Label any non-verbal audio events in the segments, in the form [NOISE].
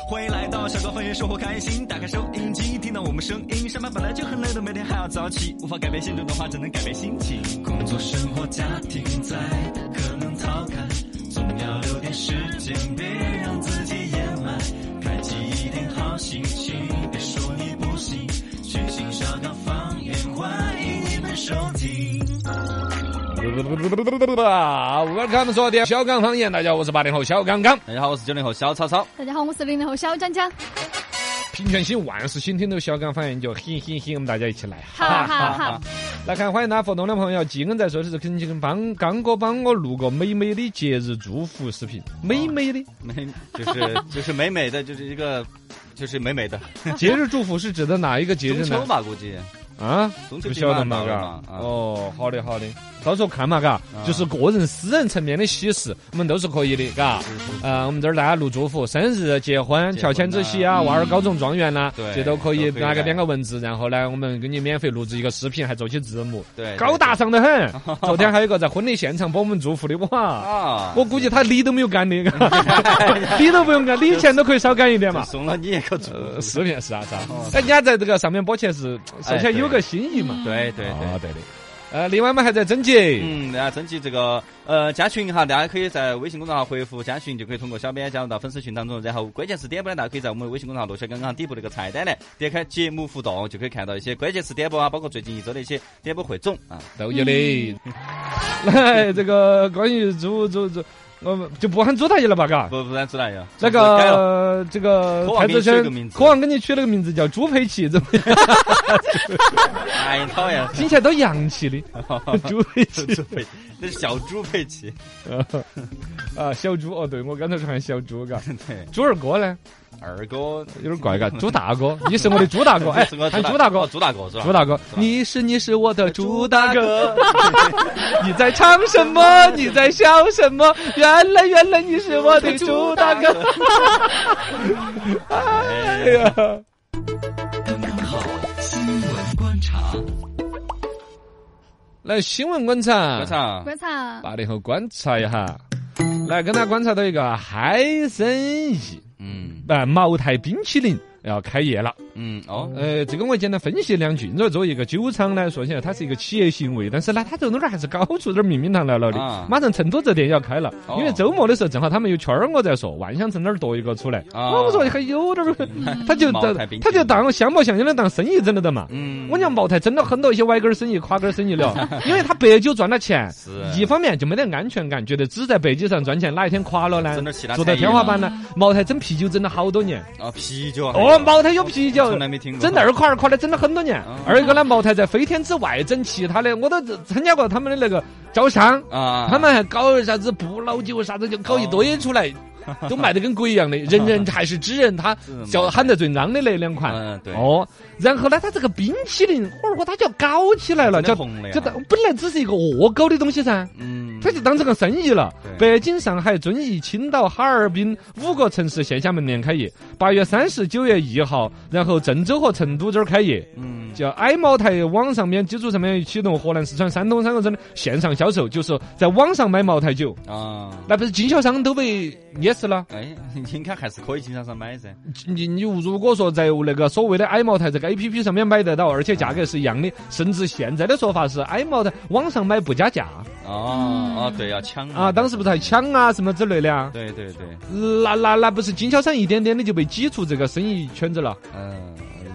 我傻瓜，欢迎生活开心。打开收音机，听到我们声音。上班本来就很累的，每天还要早起，无法改变现状的话，只能改变心情。工作、生活、家庭在，可能逃开，总要留点时间，别让自己掩埋。开启一点好心情，别说你不行，全新小岗方言，欢迎你们收听。 Welcome 说的小刚方言，大家好，我是八零后小刚刚。大家好，我是九零后小草草。 [LAUGHS] 大家好，我是零零后小张张，平权心万事兴，听到小刚方言就嘿嘿嘿，我们大家一起来哈哈哈！来看，欢迎拿活动的朋友，继恩在说的是肯定帮刚哥帮我录个美美的节日祝福视频，美美的美就是就是美美的，就是一个就是美美的节日祝福是指的哪一个节中日秋呢？吧，估计啊，中秋不节晓得嘛，嘛嘎嘛。啊哦，好的好的，到时候看嘛，嘎，就是个人私人层面的喜事，我们都是可以的，嘎。就是呃，我们这儿大家录祝福，生日、结婚、结乔迁婚之呐喜啊，娃儿高中状元啦，对这都可以都可以拿个来两个文字，然后呢，我们给你免费录制一个视频，还做起字幕，哎对高大上的很。昨天还有一个在婚礼现场帮我们祝福的，哇！啊！我估计他理都没有干的， [LAUGHS] 理都不用干，理钱都可以少干一点嘛。啊怂了，你也可做。呃，视频是啊，是啊，但人家在这个上面播起来是首先有个新意嗯嘛。哦哎对嗯对啊，哦对。对的。呃，另外我们还在征集，嗯，大家征集这个呃加群哈，大家可以在微信公众号回复加群，就可以通过小编加入到粉丝群当中。然后关键词点播呢，大家可以在我们微信公众号“罗小刚刚”底部那个菜单呢，点开节目互动，就可以看到一些关键词点播啊，包括最近一周的一些点播汇总啊。都有的。 [LAUGHS] 来，这个关于猪猪猪，我们就不喊猪大爷了吧？嘎，不不然出来呀，那改了个这个渴望蔡给子你取了个轩名，字渴望给你取了个名字叫猪佩奇，怎么 [LAUGHS] 样哎呀讨厌了。听起来都洋 [LAUGHS] 气的猪佩奇猪佩，那是小猪佩奇。 [LAUGHS] 啊，小猪哦，对我刚才说喊小猪嘎，对，猪二哥呢二哥有点怪 [LAUGHS] 嘎，猪大哥，你是我的猪大哥，哎，是个喊猪大哥哦。猪大哥是吧？猪大哥，是吧你是你是我的猪大哥， [LAUGHS] 你在唱什么？你在笑什么？原来原来你是我的猪大哥。哎哎呀， [LAUGHS] 来新闻观察，观察观察八零后观察一下，来跟大家观察到一个嗨生意，嗯啊，茅台冰淇淋。要开业了，嗯哦，呃，这个我简单分析两句。你说作为一个酒厂呢，说起来它是一个企业行为，但是呢，它这个东西还是搞出点名名堂来了的。啊马上成都这店要开了，哦因为周末的时候正好他们有圈儿我在说，万象城那儿剁一个出来，啊嗯我说哎还有点儿，他就茅当台冰淇淋他就当像模像样的当生意整了的嘛。嗯，我讲茅台真的很多一些歪根儿生意、垮根儿生意 [LAUGHS] 了，因为他白酒赚了钱是，一方面就没得安全感，觉得只在白酒上赚钱，哪一天垮了呢整点其他？做到天花板呢？茅台整啤酒整了好多年，啊啤酒哦，茅台有啤酒从来没听，过整二垮二垮的整了很多年。嗯二一个呢，茅台在飞天之外整其他的，我都参加过他们的那个招商，啊，他们还搞啥子不老酒啥子，就搞一堆出来，哦都卖得跟鬼一样的。人人还是只认他是吗叫喊得最嚷的那两款。嗯对哦，然后呢，他这个冰淇淋，或者说他就要搞起来了，真叫的红了呀就当本来只是一个恶搞的东西噻。嗯他就当成个生意了。对北京、上海、遵义、青岛、哈尔滨五个城市线下门店开业，八月三十、九月一号，然后郑州和成都这儿开业。嗯叫爱茅台网上面基础上面启动河南、四川、山东三个省的线上销售，就是在网上买茅台酒，啊。那不是经销商都被捏死了？哎， [LAUGHS] 应该还是可以经常上买噻。你你如果说在那个所谓的爱茅台这个 A P P 上面买得到，而且价格是一样的，甚至现在的说法是爱茅台网上买不加价哦哦，对，要抢啊，当时不是还抢啊什么之类的啊？对对对，那那那不是经销商一点点的就被挤出这个生意圈子了？嗯，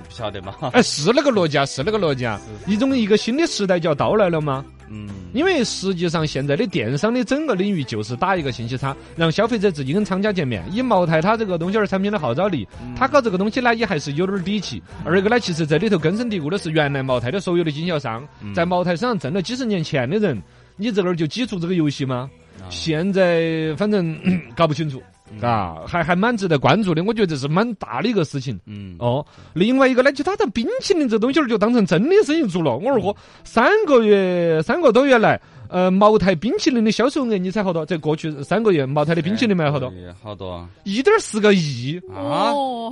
不晓得嘛， [LAUGHS] 哎，是那个逻辑啊，是那个逻辑啊！一种一个新的时代就要到来了吗？嗯，因为实际上现在的电商的整个领域就是打一个信息差，让消费者自己跟厂家见面。以茅台它这个东西儿产品的号召力，嗯它搞这个东西呢也还是有点儿底气。二一个呢，其实这里头根深蒂固的是原来茅台的所有的经销商嗯在茅台身上挣了几十年钱的人，你这个儿就挤出这个游戏吗？啊现在反正 [CLEARS THROAT] 搞不清楚。嗯啊，还还蛮值得关注的，我觉得这是蛮大的一个事情。嗯哦，另外一个呢，就他这嗯冰淇淋这东西儿就当成真的生意做了。我二哥三个月三个多月来，呃，茅台冰淇淋的销售额你猜好多？在过去三个月，茅台的冰淇淋卖了好多？？好多啊！一点四个亿，哎 哦，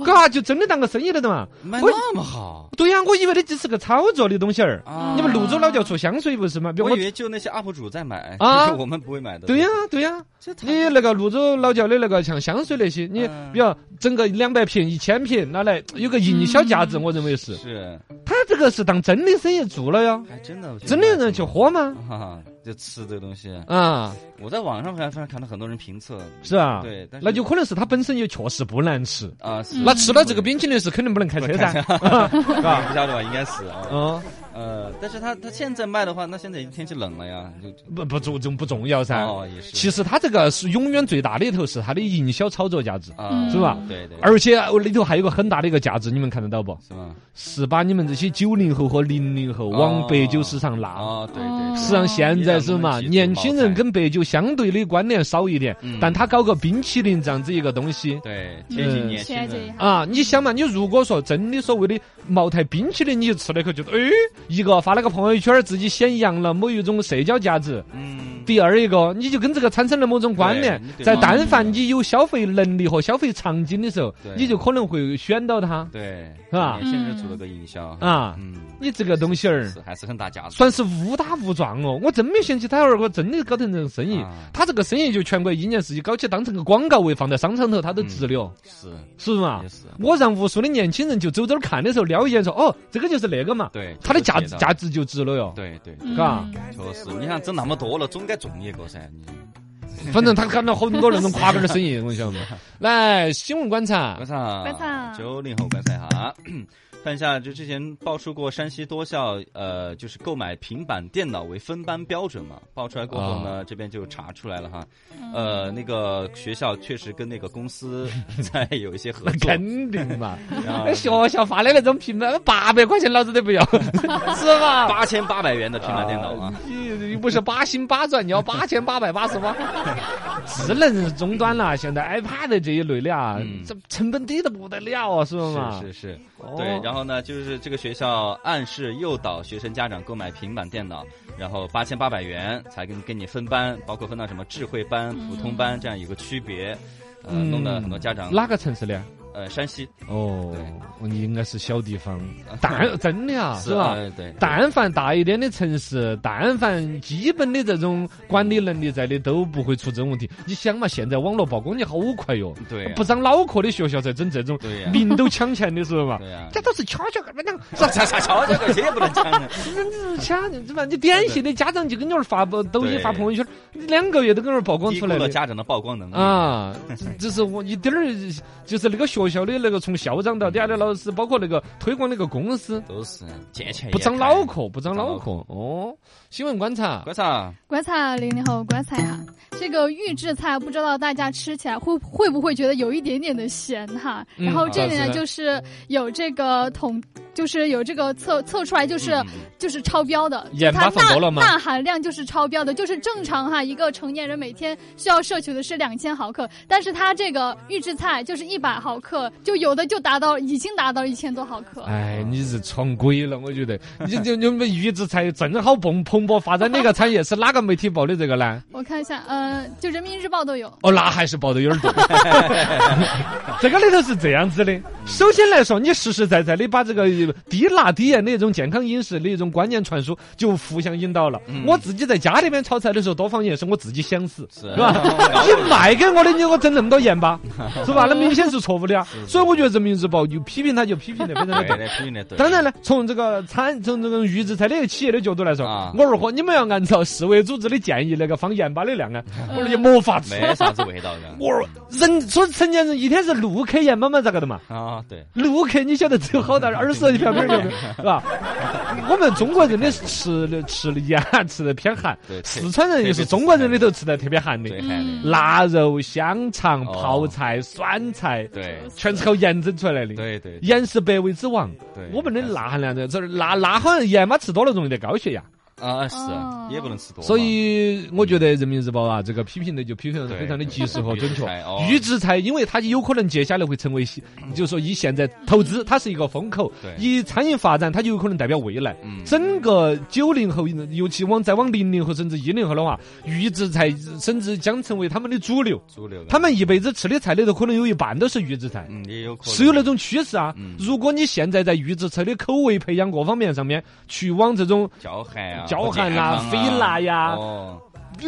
[LAUGHS] 嘎就真的当个生意了的嘛？卖那么好对呀、我以为那只是个炒作的东西儿。啊你们泸州老窖出香水不是吗？比如我我以，为就那些 UP 主在买 [LAUGHS] 啊就是我们不会买的。对呀、对呀、这太，你那个泸州老窖的那个像香水那些，你嗯比如整个两百瓶、一千瓶拿来，有个营销价值，我认为是。是他这个是当真的生意做了呀，还真的真的有人去喝吗？ [LAUGHS] 哈哈，就吃这个东西，啊，我在网上还发现看到很多人评测是啊，对但是那就可能是他本身也确实不难吃。啊，是那吃了这个冰淇淋是肯定不能开 [LAUGHS] 车噻，啊，不晓得吧？应该是啊，嗯，呃，但是他他现在卖的话，那现在已经天气冷了呀，就不不重重不重要噻。哦也是，其实他这个是永远最大的一头是他的营销炒作价值，啊是吧？对对，而且呃里头还有个很大的一个价值，你们看得到不？是吗？是把你们这些九零后和零零后往哦白酒市场拉。啊，对对，实对际上现在是嘛，哦年轻人跟白酒相对的关联少一点，嗯但他搞个冰淇淋这样子一个东西。对贴近嗯年轻现在这一人，行，啊，你想嘛，你如果说真的所谓的茅台冰淇淋，你吃了口觉得，哎，一个发了个朋友圈儿，自己显扬了某一种社交价值；嗯，第二一个，你就跟这个产生了某种关联对你。对在嘛但凡你有消费能力和消费场景的时候对，你就可能会选到它对，是吧年轻人做了个营销，啊。嗯，你这个东西儿是还是很大价值，算是误打误撞哦，我真没想起他二哥真的搞成这个生意。啊他这个生意就全国一年四季搞起，当成个广告位放在商场头，他都值了，是是不嗯是嘛也？是，我让无数的年轻人就走这儿看的时候瞄一眼，说哦，这个就是那个嘛，对，它的价值值价，值就值了哟。对对，嗯嘎确实，你看整那么多了，总该种一个噻，你反正他干了很多那种垮杆的生意，我 [LAUGHS] 想嘛。来，新闻观察 [LAUGHS] 观，察，观察九零后观察一下啊。 [CLEARS THROAT] 看一下，就之前爆出过山西多校，呃，就是购买平板电脑为分班标准嘛，爆出来过后呢，这边就查出来了哈，嗯呃，那个学校确实跟那个公司 [LAUGHS] 在有一些合那作，肯定 [LAUGHS] 嘛。然后那学校发的那种平板，八百块钱老子都不要， [LAUGHS] 是吧？八千八百元的平板电脑啊，你又不是八星八钻，你要八千八百八 [LAUGHS] 十八，智能终端啦，现在 iPad 这一类的啊嗯，这成本低的不得了啊，是不嘛？是是是，哦对，然后呢，就是这个学校暗示诱导学生家长购买平板电脑，然后八千八百元才给你给你分班，包括分到什么智慧班、普通班这样有个区别，呃，嗯弄得很多家长哪个城市的？呃山西哦，你应该是小 [LAUGHS] 地方，是但真的啊，是吧？呃对，但凡大一点的城市，但凡基本的这种管理能力在的，都不会出这种问题。你想嘛，现在网络曝光你好快哟，对呀不长脑壳的学校在整这种对呀明斗抢钱的时候嘛，对呀， [LAUGHS] 这都是悄悄个，那这这这瞧这个谁也不能讲的，这抢是吧？你典型的家长就跟那儿发布抖音对发朋友圈，两个月都跟那儿曝光低出估来了的。家长的曝光能力。啊，这是我一点儿，就是那个学校的那个从校长到底下的老师，包括那个推广那个公司，都是见钱不眼长开脑。壳，不长长脑脑壳。哦，新闻观察，观察，观察零零后观察呀，这个预制菜不知道大家吃起来会会不会觉得有一点点的咸哈？嗯然后这里好呢是的就是有这个统，就是有这个测测出来就是、嗯就是超标的，就盐它巴放钠多了吗钠含量就是超标的，就是正常哈，一个成年人每天需要摄取的是两千毫克，但是它这个预制菜就是一百毫克，就有的就达到已经达到一千多毫克。哎，你是闯鬼了，我觉得。你就你们预制菜正好蓬蓬勃发展的一个产业，是哪个媒体报的这个呢？我看一下，呃，就人民日报都有。哦，那还是报的有点多。这个里头是这样子的，首先来说，你实实在在的把这个低钠低盐的一种健康饮食的一种观念传输，就互相引导了。我自己在家里面炒菜的时候多放盐，是我自己想死。是是吧？你卖给我的，你给我整那么多盐巴，是吧？那明显是错误的啊！所以我觉得人民日报就批评他，就批评的非常的对对。对，批评的对。当然呢，从这个产从这个预制菜的企业的角度来说，啊我二货你们要按照世卫组织的建议，那个放盐巴的量啊，我说也没法吃。没啥子味道的。我说人说成年人一天是六克盐巴嘛，咋个的嘛？啊，对，六克你晓得只有好大二十一瓢瓢牛，[LAUGHS] 是吧？我们中国人的吃的吃的盐吃的偏寒对，四川人又是中国人里头吃的特别寒的对，，还有腊肉、香肠、哦泡菜、酸菜，对全是靠盐整出来的。对对对盐是百味之王对。我们的还是钠含量在这儿，钠钠好像盐嘛吃多了容易得高血压。啊，是哦也不能吃多嘛。所以我觉得人民日报啊，这个批评的就批评的对非常的及时和准 [LAUGHS] 预制确菜哦。预制菜，因为它有可能接下来会成为西，就是说以现在投资，它是一个风口对；以餐饮发展，它就有可能代表未来。嗯整个九零后，尤其往再往零零后甚至一零后的话，预制菜甚至将成为他们的主流。主流的，他们一辈子吃的菜里头，可能有一半都是预制菜。嗯也有可能是有那种趋势啊嗯！如果你现在在预制菜的口味培养各方面上面去往这种叫喊啊，叫喊啦、啦啊、非辣呀哦，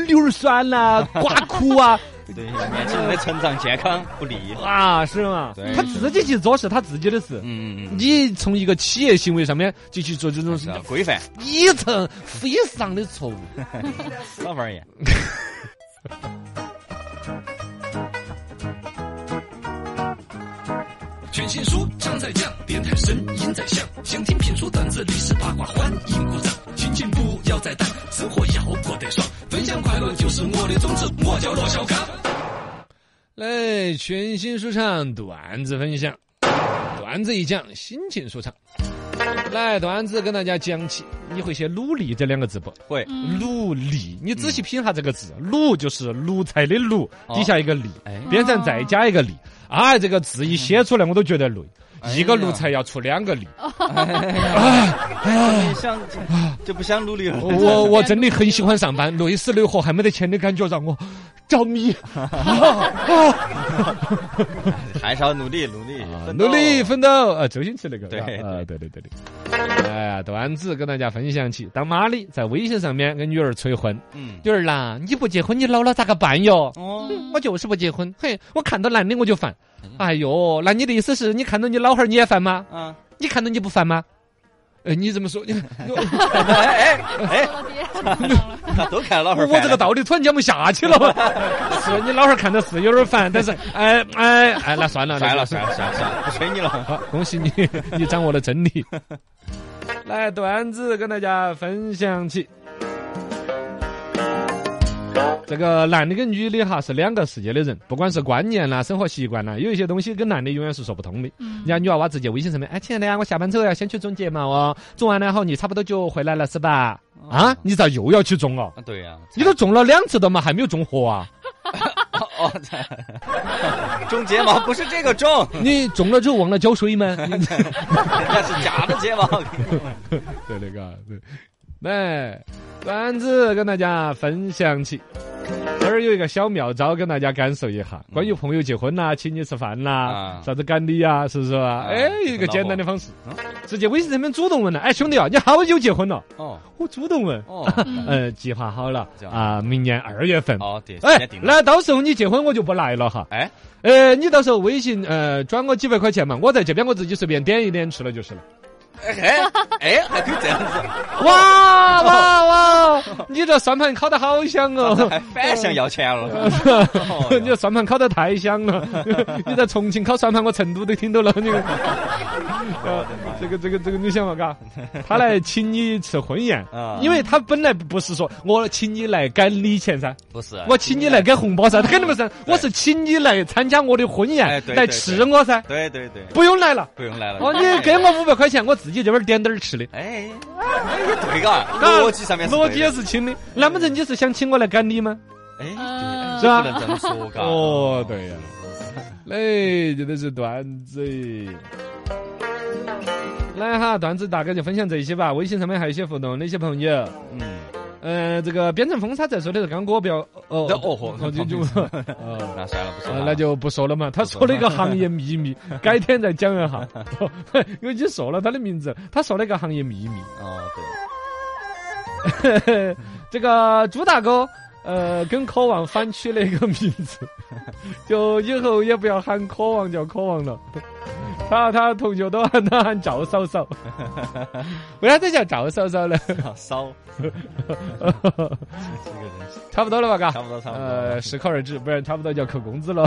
溜儿酸啦、 [LAUGHS] 刮苦啊，对年轻人的成长健康不利。啊，是吗对？他自己去做是他自己的事。嗯嗯你从一个企业行为上面就去做这种嗯，是啊规范，一层非常的错误。老范儿也。全新书唱在酱，电台声音在响，想听评书段子历史八卦，欢迎鼓掌。心情不要再淡，生活要过得爽，分享快乐就是我的宗旨。我叫罗小刚。来，全新舒畅段子分享，段子一讲，心情舒畅。来，段子跟大家讲起，你会写“努力”这两个字不？会，努力，你仔细拼下这个字，努就是奴才的奴，哦底下一个力，哎，边上再加一个力。哎，这个字一写出来，我都觉得累。哎一个奴呀才要出两个力，哦 [LAUGHS] 你想就不想努力了。我我真的很喜欢上班，累死累活还没得钱的感觉让我着迷。还是要努力努力啊，努力奋斗！呃，周星驰那个，对啊，呃对对对对。哎呀，段子跟大家分享起，当妈的在微信上面跟女儿催婚，嗯，女儿啦，你不结婚你老了咋个办哟？哦，我就是不结婚，嘿，我看到男的我就烦。哎呦，那你的意思是你看到你老汉儿你也烦吗？啊，你看到你不烦吗？呃，你怎么说？你 [LAUGHS] 我哎哎，了别了，都看老汉儿我烦这个了道理突然讲不下 [LAUGHS] 去了。是你老汉儿看到是有点烦，但是哎哎哎，那算了，算了算了算了算了，不催你了。好，恭喜你， [LAUGHS] 你掌握了真理。 [LAUGHS] 来，段子跟大家分享起。这个男的跟女的哈是两个世界的人，不管是观念啦、生活习惯啦，有一些东西跟男的永远是说不通的。嗯人家女娃娃直接微信上面，哎，亲爱的啊，我下班之后要先去种睫毛哦，种完了后你差不多就回来了是吧？啊，你咋又要去种哦？啊，对呀，你都种了两次了嘛，还没有种活 [LAUGHS] 啊？哦哦，种睫毛不是这个种，你种了之后忘了交税吗？你那是假的睫毛。 [LAUGHS] 对那个对，来，段子跟大家分享起。这儿有一个小妙招，跟大家感受一下，关于朋友结婚啦、请你吃饭啦、啊啥子赶礼嗯啊，是不是啊？啊哎，这一很恼个简火单的方式嗯，直接微信上面主动问了，哎，兄弟啊，你好久结婚了？哦我主动问，哦呃，计划好了这样啊，明年二月份。哦，对，哎时间定，了。那到时候你结婚我就不来了哈。哎，呃，你到时候微信呃转我几百块钱嘛，我在这边我自己随便点一点吃了就是了。哎哎，还可以这样子，哇哇哇！你这算盘烤得好香还 [LAUGHS] 哦！反向要钱了。哦 [LAUGHS] 你这算盘烤得太香了！你在重庆烤算盘，我成都都听到了。你、呃、这个这个这个，你想嘛？嘎，他来请你吃婚宴啊，因为他本来不是说我请你来赶礼钱噻，不是，啊我请你来给红包噻，他肯定不是，我是请你来参加我的婚哎宴对，来对吃对哎我噻，对对对，不用来了。不用来了。哦，你给我五百块钱，我自己这边点点儿吃的。哎，哎，也对嘎，那逻辑上面是逻辑哎对也的，是清的。那么人家是想请我来赶你吗？哎，对嗯哎是吧不能这么说嘎。啊哦，对呀、嘞，真的是段子。来哈，段子大概就分享这些吧。微信上面还有一些互动，那些朋友，嗯，呃，这个边城风沙在说的是刚哥不要哦这哦豁哦就就哦。那算了，不说呃了。那就不说了嘛，他说了一个行业秘 [LAUGHS] 密，改天再讲一下。 [LAUGHS] 因为你说了他的名字，他说了一个行业秘密。哦，对，这个朱大哥，呃，跟科王反曲了一个名字， [LAUGHS] 就以后也不要喊科王叫科王了。他他同学都喊他喊赵嫂 [LAUGHS] 嫂，为啥子叫赵嫂嫂呢？ [LAUGHS] 骚，啊这个人是差不多了吧，嘎差。不多，差不多。呃，适可而止，不然差不多就要扣工资 [LAUGHS] 了。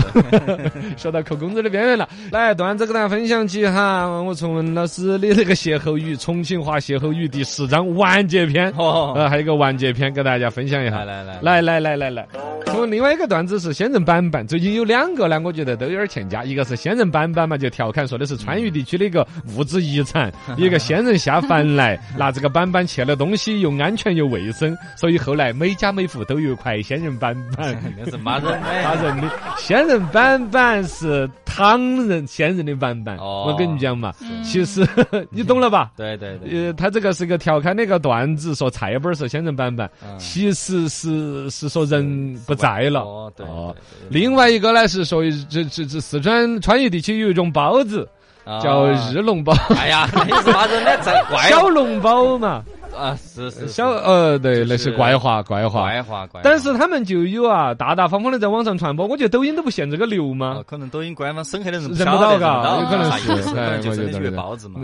说到扣工资的边缘了，来段子跟大家分享起哈，我从文老师的那个歇后语《重庆话歇后语》第十章完结篇，哦，呃，还有一个完结篇跟大家分享一下来。来来，来来来来来，从另外一个段子是仙人板板，最近有两个呢，我觉得都有点欠佳。一个是仙人板板嘛，就调侃说的是是川渝地区的一个物质遗 [LAUGHS] 产，一个先人下凡来拿这个板板切了东西，又安全又卫生，所以后来每家每户都有一块仙人板 [LAUGHS] 板。那是骂人哎打的。人的仙人板板是唐人先人的板板，哦我跟你讲嘛，[LAUGHS] 嗯其实 [LAUGHS] 你懂了吧？对对对，呃，他这个是个调侃的一个段子，说菜板儿是仙人板板，嗯其实是是说人不在了。哦对哦对对对另外一个呢是说，这这这四川川渝地区有一种包子啊叫日龙包，哎呀， [LAUGHS] 那是骂人的，在 [LAUGHS] 怪小笼包嘛，啊，是是小呃对，就是那是怪话怪话。怪哎话怪话，但是他们就有啊，大大方方的在网上传播，我觉得抖音都不限这个流哦吗？可能抖音官方审核的人认晓不到得嘎认不有可到能啥是意思，可哎能就我真的觉得就是是包子嘛，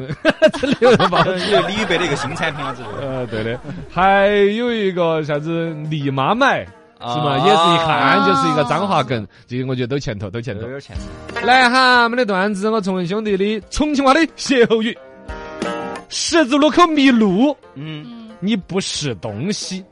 流啊 [LAUGHS] 了吧？因为李宇白的一个新产品啊，这个 [LAUGHS] 呃，对的，还有一个啥子李妈卖。是啊吗？也是一看就是一个脏话梗，这个我觉得都前头，都前头有。点欠揍。来哈，我们的段子，我重文兄弟的重庆话的歇后语：十字路口迷路，嗯，嗯，你不是东西，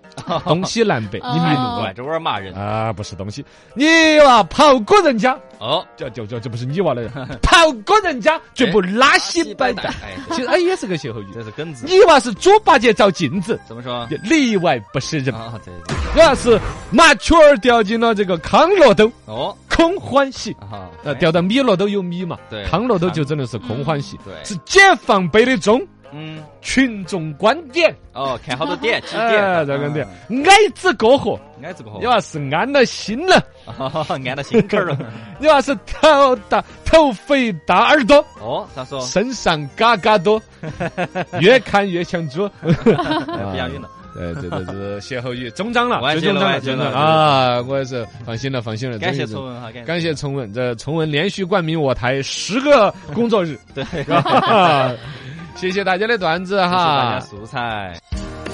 东西南北，你迷路拐了着弯儿骂人啊，不是东西，你娃跑过人家，哦，这就这这不是你娃了，跑过人家绝不拉稀摆蛋。哎， [LAUGHS] 其实哎也是个歇后语，这是梗子，你娃是猪八戒照镜子，怎么说？里外不是人。啊，对对，我要是麻雀儿掉进了这个康乐兜，哦，空欢喜。啊，呃，掉到米乐都有米嘛，对康乐都就真的是空欢喜，对是解放碑的钟，嗯，群众观点，哦，看好多 [LAUGHS] 点，几哎，点？这个点，矮子过河，挨这个你娃是安了心了， [LAUGHS] 按到心口儿 [LAUGHS] 了。你娃是头大头肥大耳朵，哦，咋说？身上嘎嘎多，越看越像猪，哎不不押韵了。。对，这都是歇后语，中章了，完结最终了章完结终了章啊！我也是放心了，放心了，感谢终于是初吻哈，感感谢崇文，这崇文连续冠名我台十个工作日，对，谢谢啊谢谢大家的段子大家哈，素材。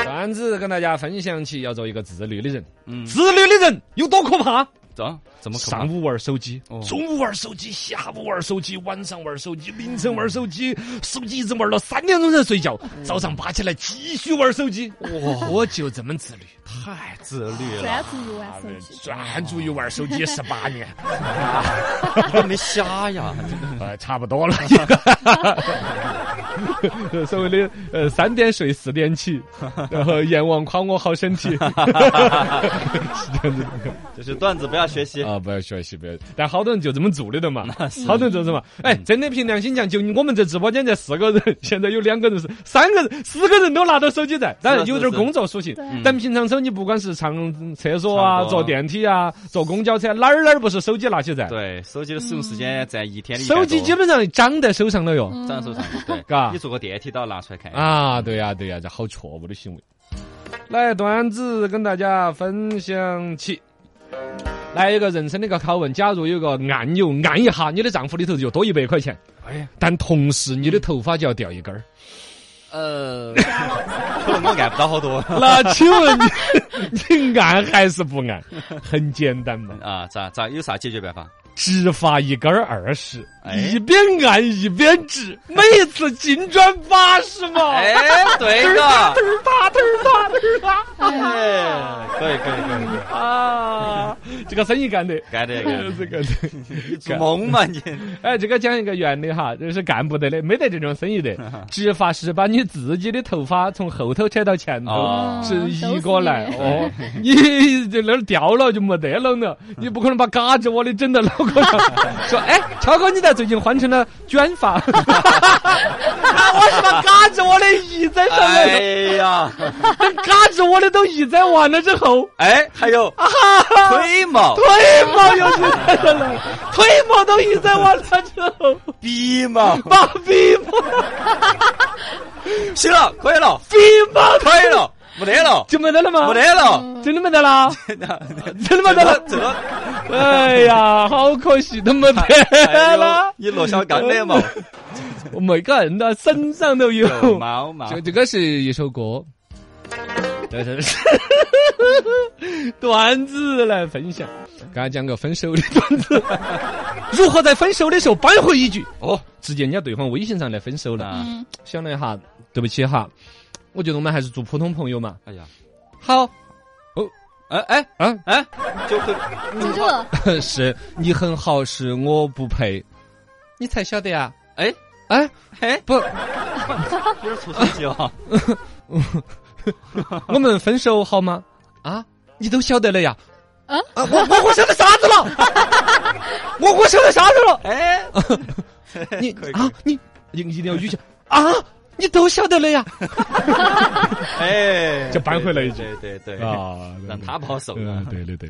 段子跟大家分享起，要做一个自律的人。嗯，自律的人有多可怕？走，怎么可能上午玩手机哦，中午玩手机，下午玩手机，晚上玩手机，凌晨玩手机，手机一直玩到三点钟才睡觉，哦早上爬起来继续玩手机。哇，我就这么自律，太自律专注于玩手机。专注于玩手机 [LAUGHS] 十八年，他没瞎呀？呃，差不多了。 [LAUGHS] 所谓的呃三点睡四点起，然后阎王夸我好身体，是这样子的。 [LAUGHS] 就是段子不要学习。啊，不要学习，不要。但好多人就这么做的了嘛，好多人就这么。哎，真的凭良心讲，就我们这直播间这四个人， [LAUGHS] 现在有两个人是三个人，四个人都拿到手机在，当然是有点是嗯工作属性对。但平常时候你不管是上厕所啊、上课坐电梯啊、坐公交车，哪儿哪儿不是手机拿起在？对，手机的使用时间在一天里一百多。手机基本上长在手上了哟。长手上，对，嘎你坐个电梯都要拿出来看。 [LAUGHS] 啊，对呀、对呀、这好错误的行为。来，段子跟大家分享起。来一个人生的一个拷问：假如有个按钮按一下，你的账户里头就多一百块钱，哎，但同时你的头发就要掉一根儿。呃，可能我按不到好多 [LAUGHS] 那请问你， [LAUGHS] 你按还是不按？很简单嘛，啊，咋咋有啥解决办法？直发一根儿二十，哎一边按一边 [LAUGHS] 直，每次净赚八十毛。哎，对嘚儿哒嘚的，儿哒嘚儿哒嘚儿哒。 [LAUGHS] 哎，可以可以可以可以，啊，这个生意干的。干得干 [LAUGHS] 呃得， [LAUGHS] 这个，做梦嘛你？哎，这个讲一个圆的哈，这是干不得的，没得这种生意的。植发是把你自己的头发从后头扯到前头，哦是嗯移过来手撕哦。你这那儿掉了就没得弄了，你不可能把嘎吱窝的整到脑壳上。说，哎，超哥，你咋最近换成了卷发？ [LAUGHS] 啊我是把嘎吱窝的移在上哎面了，呀，等嘎吱窝的都移在完了之后，哎，还有腿毛、腿毛又移在上了，腿毛都移在完了之后。鼻 [LAUGHS] 毛，把逼毛行了，可以了，逼毛可以了，没得了，就没得了吗？没，得了， [LAUGHS] 嗯真的没得了，真的没得了。这个。哎呀，好可惜，都没哎得呦 [LAUGHS] 了，。你落小刚的嘛，我每个人的身上都有。有毛毛就，这个是一首歌。对对对，段子来分享。刚才讲个分手的段子，如何在分手的时候扳回一局？哦，直接人家对方微信上来分手了。啊，嗯，想了一下，对不起哈，我觉得我们还是做普通朋友嘛。哎呀，好，哎哎啊，哎，就会就 [LAUGHS] 这，是你很好，是我不配。你才晓得啊？哎，哎，哎，不， [LAUGHS] 有点出手机啊！我们分手好吗？啊，你都晓得了呀？啊啊，我我我晓得啥子了？ [LAUGHS] 我我晓得啥子了？哎， [LAUGHS] 你可以啊，你你你一定要语气啊，你都晓得了呀？哎，就扳回了一局对对对，对啊让他不好受嗯啊。对对对。